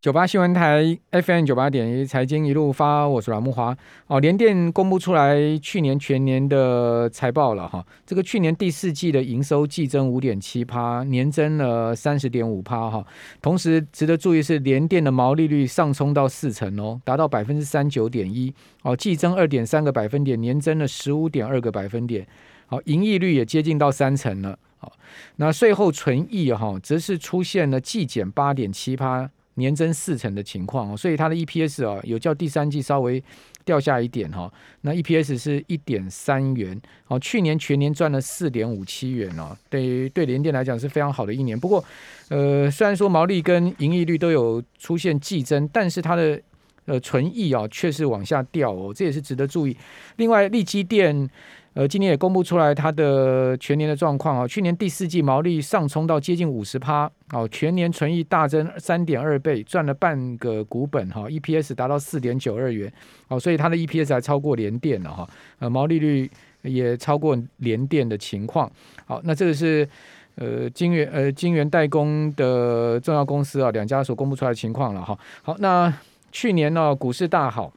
九八新闻台 FM 九八点一财经一路发，我是阮木华。哦，联电公布出来去年全年的财报了哈，这个去年第四季的营收季增五点七趴，年增了三十点五趴哈。同时值得注意是，联电的毛利率上冲到四成哦，达到百分之三九点一哦，季增二点三个百分点，年增了十五点二个百分点。好，盈利率也接近到三成了。好，那税后纯益哈、则是出现了季减八点七趴。年增四成的情况哦，所以它的 EPS 啊有较第三季稍微掉下一点哈、那 EPS 是一点三元哦，去年全年赚了四点五七元哦，对于对联电来讲是非常好的一年。不过呃，虽然说毛利跟盈利率都有出现季增，但是它的呃纯益啊却是往下掉哦，这也是值得注意。另外，利基电。呃，今年也公布出来它的全年的状况啊，去年第四季毛利上冲到接近五十趴，哦，全年存益大增三点二倍，赚了半个股本哈、e p s 达到四点九二元，哦，所以它的 EPS 还超过联电了哈、呃，毛利率也超过联电的情况。好，那这个是呃金源呃金源代工的重要公司啊，两家所公布出来的情况了哈、好，那去年呢、股市大好。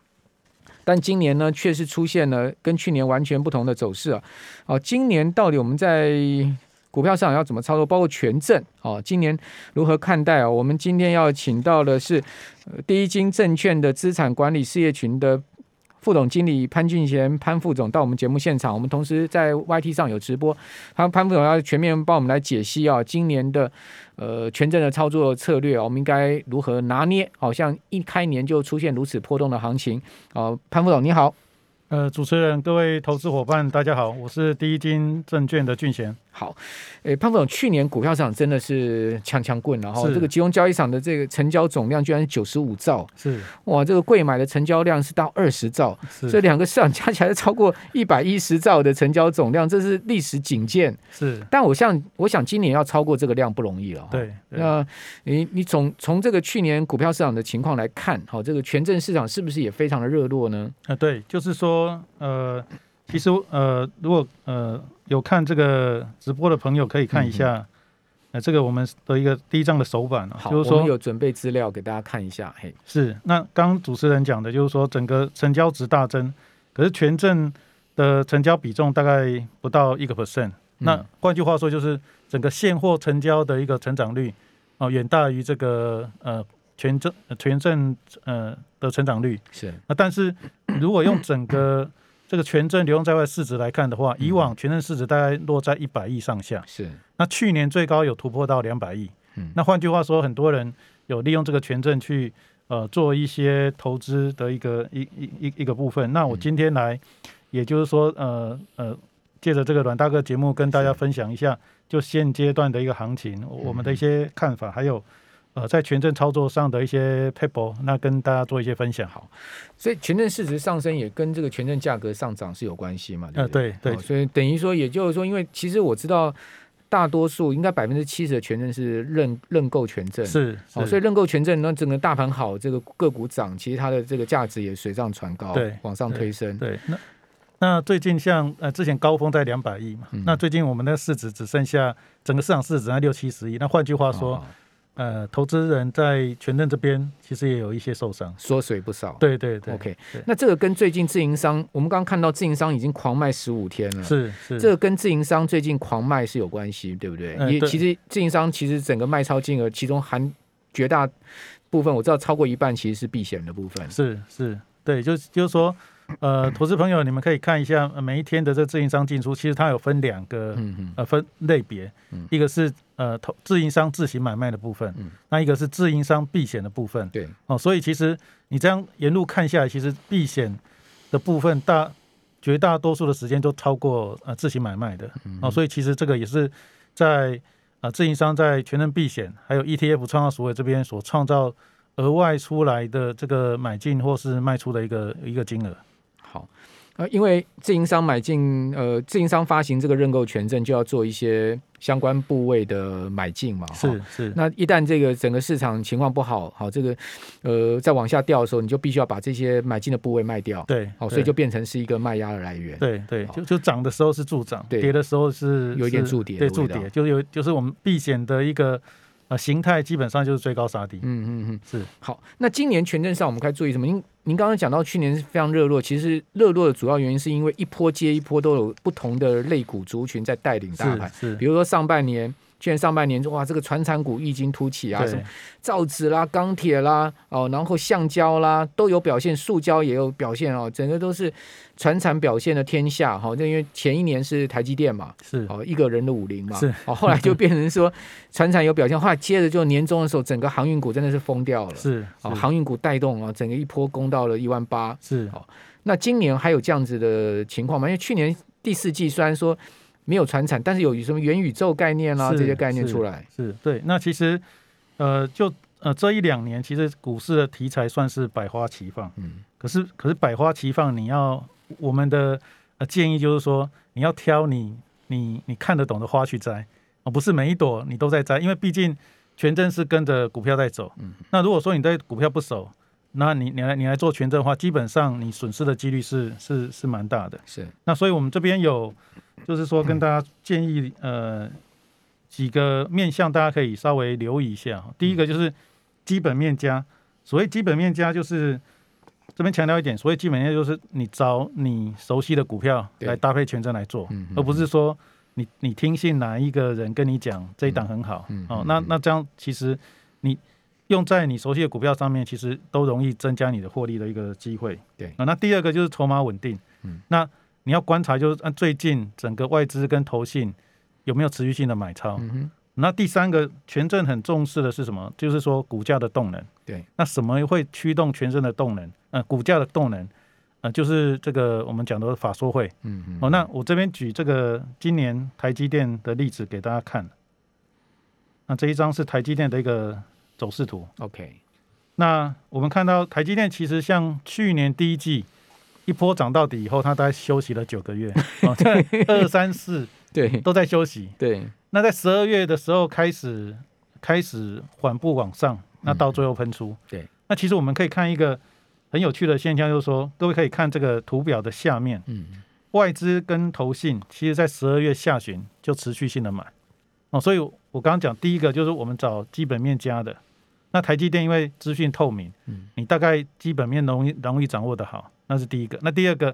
但今年呢，确实出现了跟去年完全不同的走势啊！哦，今年到底我们在股票市场要怎么操作，包括权证哦，今年如何看待啊？我们今天要请到的是呃第一金证券的资产管理事业群的副总经理潘俊贤潘副总到我们节目现场，我们同时在 YT 上有直播，潘潘副总要全面帮我们来解析啊今年的呃权证的操作策略啊，我们应该如何拿捏？好、像一开年就出现如此波动的行情哦、潘副总你好。呃，主持人、各位投资伙伴，大家好，我是第一金证券的俊贤。好，诶，潘副总，去年股票市场真的是强强棍啊了哈，然后是这个集中交易场的这个成交总量居然是九十五兆，是哇，这个贵买的成交量是到二十兆，这是两个市场加起来超过一百一十兆的成交总量，这是历史警见。是，但我想，我想今年要超过这个量不容易了。。对，对那你你从从这个去年股票市场的情况来看，好，这个权证市场是不是也非常的热络呢？呃，对，就是说，呃，其实呃，如果呃有看这个直播的朋友，可以看一下，呃，这个我们的一个第一张的手板啊，嗯好，就是我们说有准备资料给大家看一下。嘿，是那刚刚主持人讲的，就是说整个成交值大增，可是权证的成交比重大概不到一个 percent。那嗯换句话说，就是整个现货成交的一个成长率哦，远大于这个呃权证呃权证呃的成长率。是那但是如果用整个这个权证流动在外市值来看的话，以往权证市值大概落在一百亿上下，是，那去年最高有突破到两百亿。嗯那换句话说，很多人有利用这个权证去呃做一些投资的一个一一一一个部分。那我嗯今天来，也就是说呃呃，借着这个阮大哥节目跟大家分享一下，就现阶段的一个行情，我我们的一些看法，还有呃在权证操作上的一些 paper，那跟大家做一些分享。好所以权证市值上升也跟这个权证价格上涨是有关系嘛？对呃，不对？对对哦，所以等于说，也就是说，因为其实我知道大多数应该百分之七十的权证是认认购权证，是哦，是所以认购权证那整个大盘好，这个个股涨，其实它的这个价值也水涨船高，对往上推升。对，那那最近像呃之前高峰在两百亿嘛，嗯那最近我们的市值只剩下整个市场市值在六七十亿。那换句话他说，呃，投资人在权证这边其实也有一些受伤。缩水不少。对对对 o k 对那这个跟最近自营商，我们刚刚看到自营商已经狂卖十五天了，是是这个跟自营商最近狂卖是有关系，对不对？嗯也对其实自营商其实整个卖超金额，其中含绝大部分，我知道超过一半其实是避险的部分。是是，对，就是就是说，呃，投资朋友你们可以看一下呃每一天的这自营商进出，其实它有分两个嗯嗯，呃分类别嗯，一个是呃投自营商自行买卖的部分嗯，那一个是自营商避险的部分。对，哦，所以其实你这样沿路看下来，其实避险的部分大绝大多数的时间都超过呃自行买卖的嗯哦，所以其实这个也是在呃自营商在全证避险还有 ETF 创造赎回这边所创造额外出来的这个买进或是卖出的一个一个金哦额。好。呃，因为自营商买进，呃，自营商发行这个认购权证，就要做一些相关部位的买进嘛。哈是是那一旦这个整个市场情况不好，好，这个呃再往下掉的时候，你就必须要把这些买进的部位卖掉，对，好，所以对就变成是一个卖压的来源。对对，好就就涨的时候是助涨，对跌的时候是有一点是助跌的对味助道跌，就是有就是我们避险的一个啊，形态基本上就是追高杀低。嗯嗯嗯，是好。那今年权证上我们该注意什么？您您刚刚讲到去年是非常热络，其实热络的主要原因是因为一波接一波都有不同的类股族群在带领大盘。是比是，如说上半年，去年上半年哇，这个传产股异军突起啊，什么对造纸啦、钢铁啦，哦，然后橡胶啦都有表现，塑胶也有表现哦，整个都是传产表现的天下哈。那、因为前一年是台积电嘛，是哦，一个人的武林嘛，是哦，后来就变成说船产有表现，后来接着就年终的时候，整个航运股真的是疯掉了，是哦，航哦运股带动啊，整个一波攻到了一万八。是好那今年还有这样子的情况吗？因为去年第四季虽然说没有船产，但是有什么元宇宙概念啦、是这些概念是出来，是对。那其实呃，就呃这一两年，其实股市的题材算是百花齐放。嗯，可是可是百花齐放，你要我们的呃建议就是说，你要挑你你你看得懂的花去摘，哦，不是每一朵你都在摘，因为毕竟权证是跟着股票在走。嗯，那如果说你对股票不熟，那你你来你来做权证的话，基本上你损失的几率是是是蛮大的。是那所以我们这边有，就是说跟大家建议呃几个面向，大家可以稍微留意一下。第一个就是基本面加，所谓基本面加就是这边强调一点，所谓基本面就是你找你熟悉的股票对来搭配权证来做嗯嗯，而不是说你你听信哪一个人跟你讲这一档很好嗯嗯，哦嗯，那嗯那这样其实你。用在你熟悉的股票上面，其实都容易增加你的获利的一个机会。对啊，那第二个就是筹码稳定。嗯，那你要观察就是按啊最近整个外资跟投信有没有持续性的买超。嗯哼，那第三个，权证很重视的是什么？就是说股价的动能。对，那什么会驱动权证的动能？呃，股价的动能，呃，就是这个我们讲的法说会。嗯嗯，哦，那我这边举这个今年台积电的例子给大家看。那这一张是台积电的一个走势图。 OK，那我们看到台积电其实像去年第一季一波涨到底以后，它大概休息了九个月，哦，在二三四对都在休息。对，那在十二月的时候开始开始缓步往上，那到最后喷出。嗯对，那其实我们可以看一个很有趣的现象，就是说各位可以看这个图表的下面，嗯外资跟投信其实在十二月下旬就持续性的买哦，所以我刚刚讲第一个就是我们找基本面加的，那台积电因为资讯透明，嗯你大概基本面容易容易掌握的好，那是第一个。那第二个，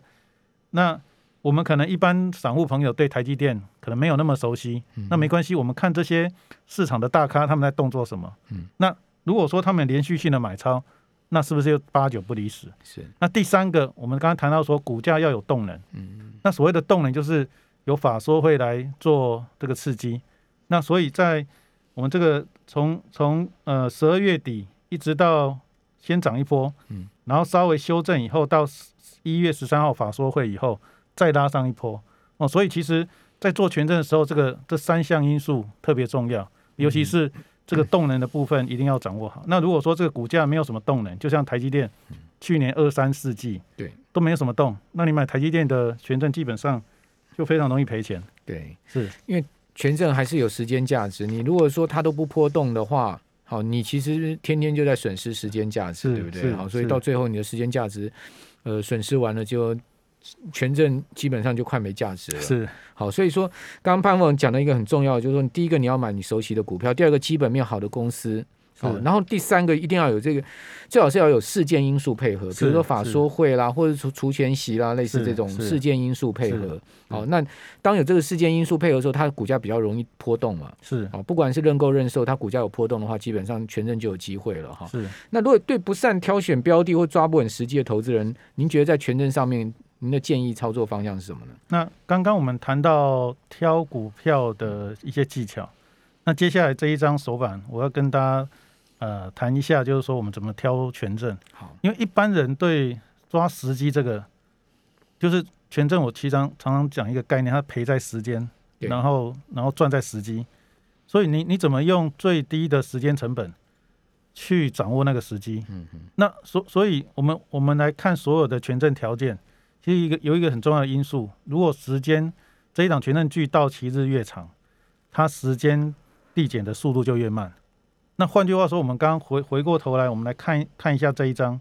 那我们可能一般散户朋友对台积电可能没有那么熟悉，嗯那没关系，我们看这些市场的大咖他们在动作什么。嗯，那如果说他们连续性的买超，那是不是就八九不离十？是，那第三个，我们刚刚谈到说股价要有动能，嗯那所谓的动能就是由法说会来做这个刺激。那所以在我们这个从从呃十二月底一直到先涨一波，嗯，然后稍微修正以后，到一月十三号法说会以后再拉上一波哦。所以其实，在做权证的时候，这个这三项因素特别重要，嗯尤其是这个动能的部分一定要掌握好。那如果说这个股价没有什么动能，就像台积电去年二三四季嗯对都没有什么动，那你买台积电的权证基本上就非常容易赔钱。对，是权证还是有时间价值。你如果说它都不波动的话，好，你其实天天就在损失时间价值，是对不对？是好，所以是到最后你的时间价值，呃，损失完了就权证基本上就快没价值了。是好，所以说刚刚潘凤讲的一个很重要的，就是说，第一个你要买你熟悉的股票，第二个基本面好的公司。好，是哦然后第三个一定要有这个，最好是要有事件因素配合，比如是说法是说会啦，或者除除权息啦，类似是这种是事件因素配是合。好，那当有这个事件因素配合的时候，它的股价比较容易波动嘛。是哦，不管是认购认售，它股价有波动的话，基本上权证就有机会了哈。是。那如果对不善挑选标的或抓不稳时机的投资人，您觉得在权证上面，您的建议操作方向是什么呢？那刚刚我们谈到挑股票的一些技巧，那接下来这一张手板，我要跟大家呃谈一下，就是说我们怎么挑权证，好，因为一般人对抓时机这个，就是权证，我其实常常常讲一个概念，它赔在时间，对然后然后赚在时机，所以你你怎么用最低的时间成本去掌握那个时机？嗯嗯那所所以，我们我们来看所有的权证条件，其实一个有一个很重要的因素，如果时间这一档权证距到期日越长，它时间递减的速度就越慢。那换句话说，我们刚刚回回过头来，我们来看看一下这一张，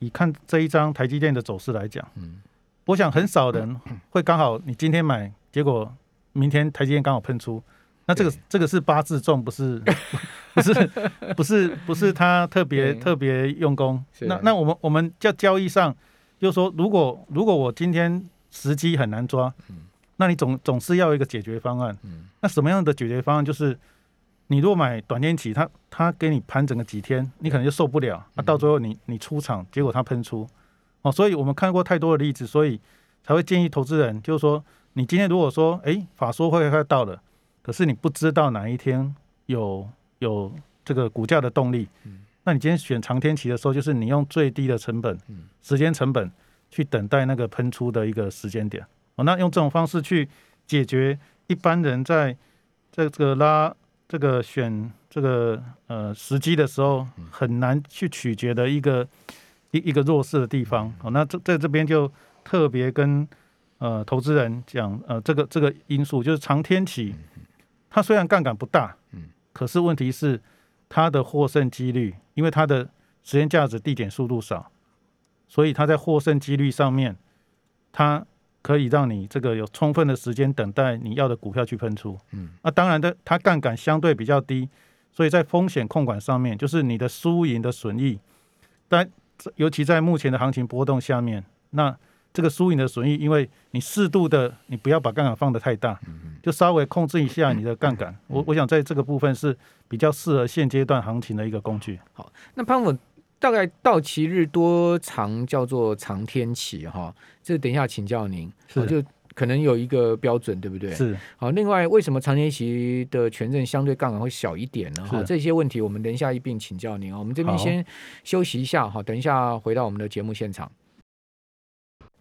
以看这一张台积电的走势来讲，嗯，我想很少人会刚好你今天买，结果明天台积电刚好喷出，那这个对这个是八字重，不是 不是不是不是他特别对特别用功。是那那我们我们叫交易上，就是说如果如果我今天时机很难抓，那你总总是要有一个解决方案。嗯那什么样的解决方案？就是你如果买短天期，他他给你盘整个几天，你可能就受不嗯了。那、到最后你你出场，结果它喷出哦。所以我们看过太多的例子，所以才会建议投资人，就是说你今天如果说，诶，法说会快到了，可是你不知道哪一天有有这个股价的动力，那你今天选长天期的时候，就是你用最低的成本、时间成本去等待那个喷出的一个时间点。哦，那用这种方式去解决一般人在这个拉这个选这个呃时机的时候很难去取决的一个一一个弱势的地方。哦，那这在这边就特别跟呃投资人讲，呃，这个这个因素就是长天期，它虽然杠杆不大，嗯，可是问题是它的获胜几率，因为它的时间价值、地点、速度少，所以它在获胜几率上面，它可以让你这个有充分的时间等待你要的股票去喷出。嗯，那、当然的，它杠杆相对比较低，所以在风险控管上面，就是你的输赢的损益，但这尤其在目前的行情波动下面，那这个输赢的损益，因为你适度的，你不要把杠杆放得太大，就稍微控制一下你的杠杆。我我想在这个部分是比较适合现阶段行情的一个工具。那潘文大概到期日多长叫做长天期哈？这等一下请教您，是哦就可能有一个标准，对不对？。是好，另外为什么长天期的权证相对杠杆会小一点呢？哈，是这些问题我们等一下一并请教您哦。我们这边好先休息一下哈，等一下回到我们的节目现场。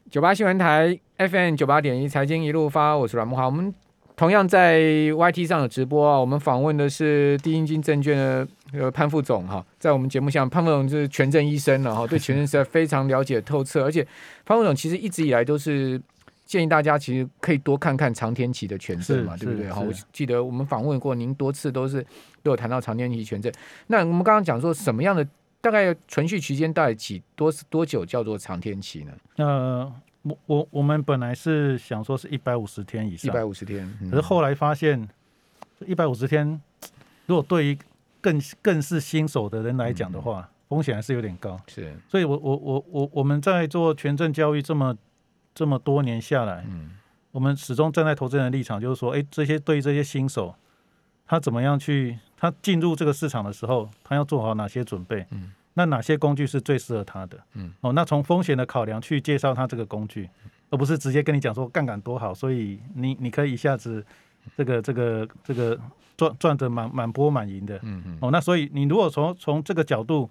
九八新闻台 FM 九八点一财经一路发，我是阮木华。我们同样在 YT 上有直播啊，我们访问的是第一金证券的呃潘副总哈，在我们节目上，潘副总就是全证医生了哈，对全证实在非常了解透彻，而且潘副总其实一直以来都是。建议大家其实可以多看看长天期的权证嘛，是对不对？是哈，是我记得我们访问过您多次，都是都有谈到长天期权证。那我们刚刚讲说什么样的大概存续期间到底几多多久叫做长天期呢？呃，我我我们本来是想说是一百五十天以一上，百五十天，嗯可是后来发现一百五十天，如果对于更更是新手的人来讲嗯的话，风险还是有点高。是所以我我我我我们在做权证交易这么这么多年下来，嗯我们始终站在投资人的立场，就是说，哎，这些对于这些新手，他怎么样去，他进入这个市场的时候，他要做好哪些准备？嗯，那哪些工具是最适合他的？嗯，哦，那从风险的考量去介绍他这个工具，而不是直接跟你讲说杠杆多好，所以你你可以一下子这个这个这个赚赚得满满波满盈的。嗯嗯哦，那所以你如果从从这个角度，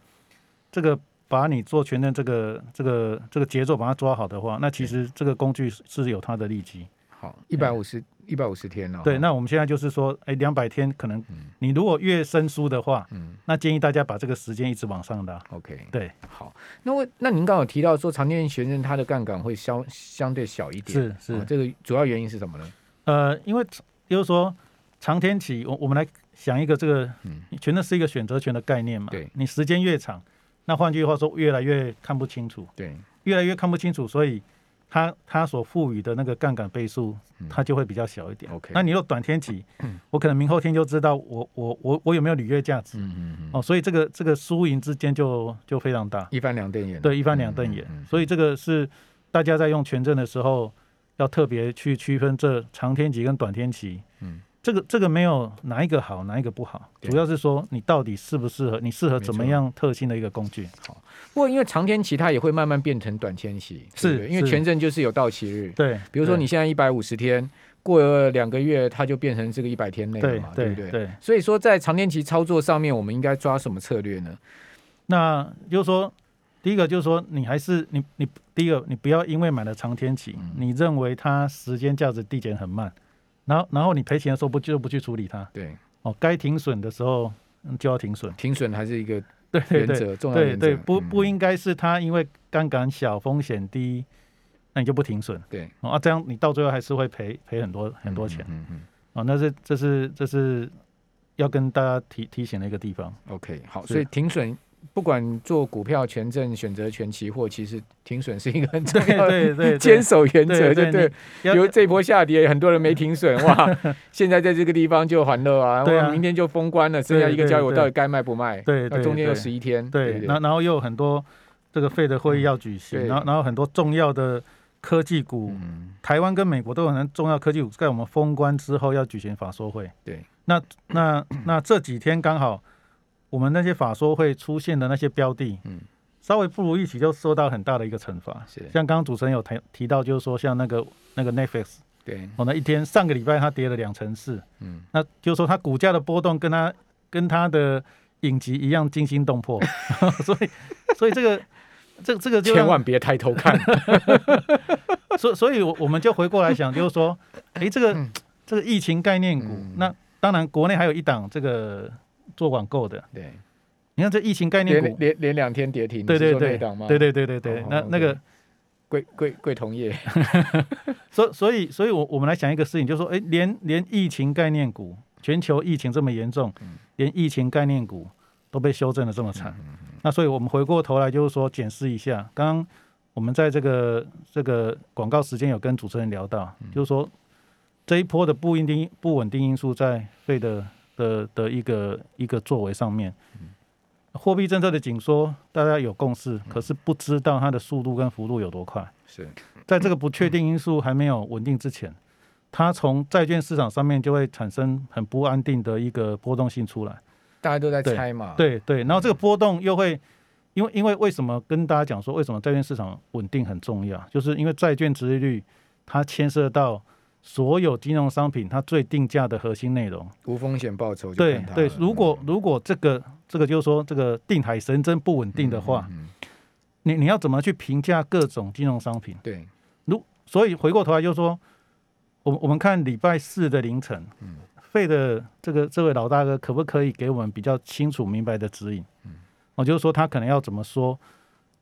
这个把你做权证这个这个这个节奏把它抓好的话，那其实这个工具是是有它的利基。好，一百五十一百五十天了、哦。对，那我们现在就是说，哎，两百天可能嗯你如果越生疏的话，嗯那建议大家把这个时间一直往上拉。 OK 对，好，那我那您刚好提到说长天学生他的杠杆会相相对小一点，是是哦这个主要原因是什么呢？呃，因为就是说长天期，我我们来想一个这个嗯，权证是一个选择权的概念嘛。对你时间越长，那换句话说，越来越看不清楚，对，越来越看不清楚，所以它它所赋予的那个杠杆倍数嗯，它就会比较小一点。 OK 那你若短天 期，我可能明后天就知道我我我我有没有履约价值。嗯嗯嗯，哦，所以这个这个输赢之间就就非常大。一翻两瞪眼，对，一翻两瞪眼。嗯嗯嗯所以这个是大家在用权证的时候要特别去区分这长天期跟短天期。嗯，这个这个没有哪一个好，哪一个不好，对主要是说你到底适不适合，你适合怎没么错样特性的一个工具。不过因为长天期它也会慢慢变成短天期，是对不对因为是权证就是有到期日，对，比如说你现在一百五十天，过了两个月它就变成这个一百天内了对嘛，对不对？对，所以说，在长天期操作上面，我们应该抓什么策略呢？那就是说。第一个就是说，你还是你你第一个，你不要因为买了长天期，嗯你认为它时间价值递减很慢，然后然后你赔钱的时候不就不去处理它对，哦，该停损的时候嗯就要停损，停损还是一个对对原对，则，重要对原则。对，不不嗯应该是他因为杠杆小、风险低，那你就不停损对哦啊，这样你到最后还是会赔赔很多很多钱嗯嗯嗯哦。那是这是这是要跟大家提提醒的一个地方， 嗯，OK，好，是所以停损不管做股票、权证、选择权、期货，其实停损是一个很重对要的对对，坚守原则，对就对对。要比如这波下跌，很多人没停损，哇，现在在这个地方就还了啊，对啊哇明天就封关了，剩下一个对交易，我对到底该卖不卖？对那对中间有对十一天，对，不然然后又有很多这个费的会议要举嗯行，对然后然后很多重要的科技股，嗯，台湾跟美国都有很重要科技股，在我们封关之后要举行法说会。对，那那 那这几天刚好我们那些法说会出现的那些标的，嗯，稍微不如预期就受到很大的一个惩罚。是像刚刚主持人有提提到，就是说像那个那个 Netflix，对，哦，那一天上个礼拜它跌了两成四，嗯，那就是说它股价的波动跟它跟它的影集一样惊心动魄， 所以所以这个这个这个就让千万别抬头 看，所所以，我我们就回过来想，就是 说，诶，这个嗯这个疫情概念股，嗯那当然国内还有一档这个做网购的，对，你看这疫情概念连股，连连两天跌停，对你是对说那对，一档吗？对对对对对哦，那，OK 那个，贵贵贵同业，所所以所以，我我们来想一个事情，就是说，诶，连连疫情概念股，全球疫情这么严重，连疫情概念股都被修正的这么惨，那所以我们回过头来就是说，检视一下，刚刚我们在这个这个广告时间有跟主持人聊到，就是说这一波的不稳定不稳定因素在费的的的一个一个作为上面，货币政策的紧缩大家有共识，可是不知道它的速度跟幅度有多快。是在嗯这个不确定因素还没有稳定之前，它从债券市场上面就会产生很不安定的一个波动性出来。大家都在对猜嘛，，对对，然后这个波动又会，因为因为为什么跟大家讲说为什么债券市场稳定很重要，就是因为债券值利率它牵涉到所有金融商品它最定价的核心内容。无风险报酬就对看它对了，如果嗯如果这个这个就是说这个定海神针不稳定的话，嗯嗯嗯你你要怎么去评价各种金融商品？对，如所以回过头来就说，我们我们看礼拜四的凌晨，嗯费的这个这位老大哥可不可以给我们比较清楚明白的指引？嗯我就是说他可能要怎么说，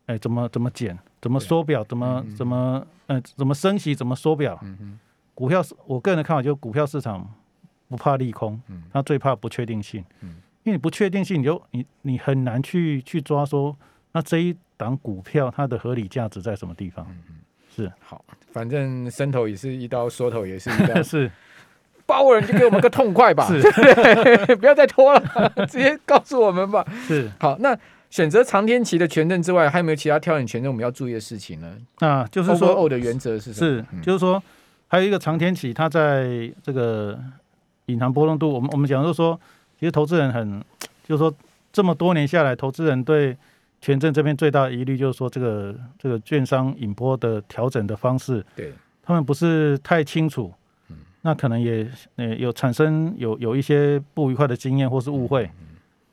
哎，怎么怎么减，怎么对缩表，怎么嗯嗯怎么呃怎么升息，怎么缩表。嗯哼，股票市，我个人的看法就是股票市场不怕利空，嗯它最怕不确定性。嗯因为你不确定性，你就你你很难去去抓说，那这一档股票它的合理价值在什么地方？嗯好，反正伸头也是一刀，缩头也是一刀 但，是包人就给我们个痛快吧，是 对不要再拖了， 直接告诉我们吧。是，好，那选择长天期的权证之外，还有没有其他挑选权证我们要注意的事情呢？那就就是说 O 的原则是什么？嗯是，就是说，还有一个长天期，它在这个隐含波动度，我们我们讲就是说，其实投资人很，就是说这么多年下来，投资人对权证这边最大的疑虑就是说，这个这个券商引波的调整的方式，对，他们不是太清楚，那可能也呃有产生有有一些不愉快的经验或是误会。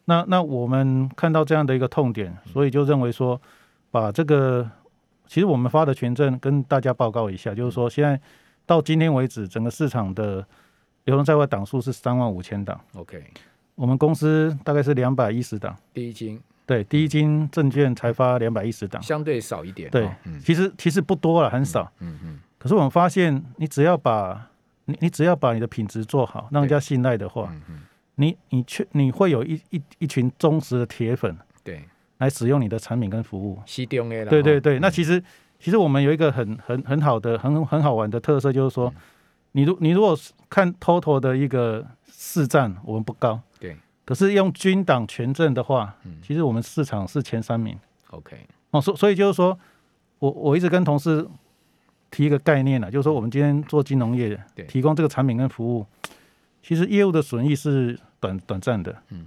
那那我们看到这样的一个痛点，所以就认为说，把这个其实我们发的权证跟大家报告一下，就是说现在到今天为止，整个市场的流动在外档数是三万五千档， OK，我们公司大概是两百一十档，第一金对，第一金证券才发两百一十档，相对少一点，对哦嗯其实其实不多了，很少。嗯嗯，可是我们发现，你只要把你你只要把你的品质做好，让人家信赖的话，嗯嗯，你你去你会有一一一群忠实的铁粉对，来使用你的产品跟服务。西东 A 了，对对哦对，那其实其实我们有一个很很很好的很很好玩的特色，就是说，你如你如果是看 total 的一个市占，我们不高，对可是用军党权证的话嗯，其实我们市场是前三名。 ，OK，哦，所所以就是说我我一直跟同事提一个概念呢、啊就是说我们今天做金融业对，提供这个产品跟服务，其实业务的损益是短短暂的，嗯，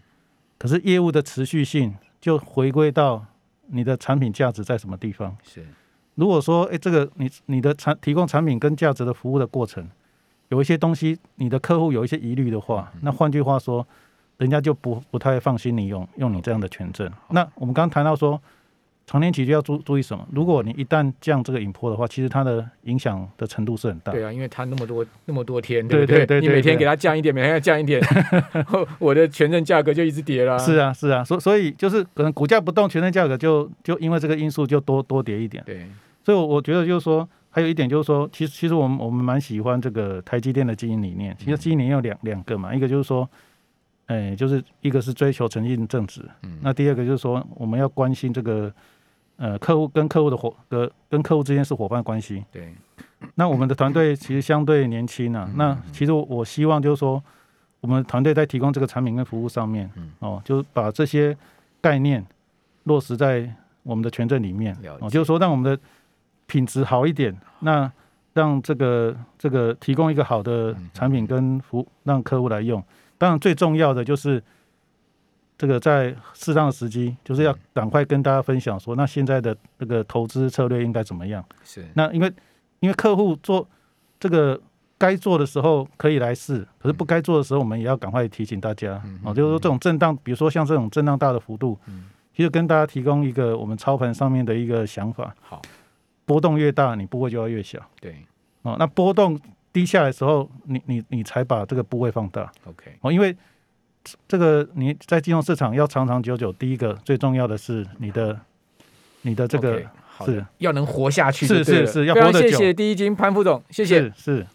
可是业务的持续性就回归到你的产品价值在什么地方。是，如果说，哎，这个你你的产提供产品跟价值的服务的过程，有一些东西你的客户有一些疑虑的话，那换句话说，人家就不不太放心你用用你这样的权证。那我们刚刚谈到说，长年期就要注注意什么？如果你一旦降这个引坡的话，其实它的影响的程度是很大。对啊，因为它那么多那么多天，对不对对你对每天对给它降一点，每天要降一 点，我的权证价格就一直跌了，是，啊，是啊，所所以就是可能股价不动，权证价格就就因为这个因素就多多跌一点。对，所以，我我觉得就是说，还有一点就是说，其实其实我们我们蛮喜欢这个台积电的经营理念。其实经营理念有两两个嘛，一个就是说，哎，就是一个是追求诚信正直，嗯那第二个就是说我们要关心这个呃客户跟客户的伙跟跟客户之间是伙伴关系。对， 那我们的团队其实相对年轻嗯啊，那其实我希望就是说我们团队在提供这个产品跟服务上面嗯，哦，就是把这些概念落实在我们的权证里面了，解哦，就是说让我们的品质好一点，那让这个这个提供一个好嗯的产品跟服务，让客户来用。当然，最重要的就是这个在适当的时机，就是嗯要赶快跟大家分享说，那现在的这个投资策略应该怎么样？是那因为因为客户做这个该做的时候可以来试，可是不该做的时候，我们也要赶快提醒大家嗯。哦，就是说这种震荡，比如说像这种震荡大的幅度，其实跟大家提供一个我们操盘上面的一个想法：好，波动越大，你部位就要越小。对哦，那波动低下来的时候，你你你才把这个部位放大。 ，OK，哦，因为这这个你在金融市场要长长久久，第一个最重要的是你的你的这个 OK，好是的，要能活下去就是对了是是要非常活得谢久谢第一金潘副总，谢谢。是是